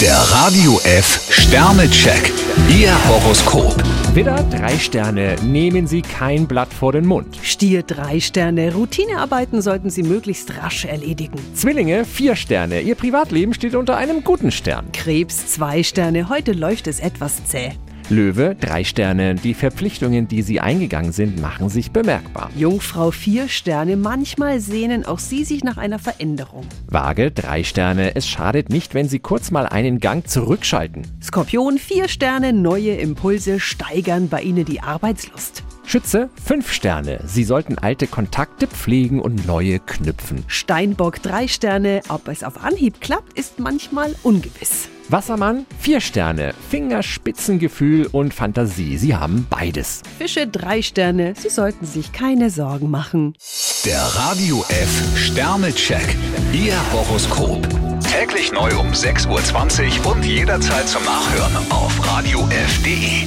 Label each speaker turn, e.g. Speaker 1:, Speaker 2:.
Speaker 1: Der Radio F Sternecheck. Ihr Horoskop.
Speaker 2: Widder, drei Sterne. Nehmen Sie kein Blatt vor den Mund.
Speaker 3: Stier drei Sterne. Routinearbeiten sollten Sie möglichst rasch erledigen.
Speaker 2: Zwillinge, vier Sterne. Ihr Privatleben steht unter einem guten Stern.
Speaker 3: Krebs zwei Sterne. Heute läuft es etwas zäh.
Speaker 2: Löwe, drei Sterne. Die Verpflichtungen, die Sie eingegangen sind, machen sich bemerkbar.
Speaker 3: Jungfrau vier Sterne. Manchmal sehnen auch Sie sich nach einer Veränderung.
Speaker 2: Waage, drei Sterne. Es schadet nicht, wenn Sie kurz mal einen Gang zurückschalten.
Speaker 3: Skorpion vier Sterne. Neue Impulse steigern bei Ihnen die Arbeitslust.
Speaker 2: Schütze, fünf Sterne. Sie sollten alte Kontakte pflegen und neue knüpfen.
Speaker 3: Steinbock drei Sterne. Ob es auf Anhieb klappt, ist manchmal ungewiss.
Speaker 2: Wassermann, vier Sterne. Fingerspitzengefühl und Fantasie. Sie haben beides.
Speaker 3: Fische drei Sterne. Sie sollten sich keine Sorgen machen.
Speaker 1: Der Radio F Sternecheck. Ihr Horoskop. Täglich neu um 6.20 Uhr und jederzeit zum Nachhören auf Radio E. radiof.de.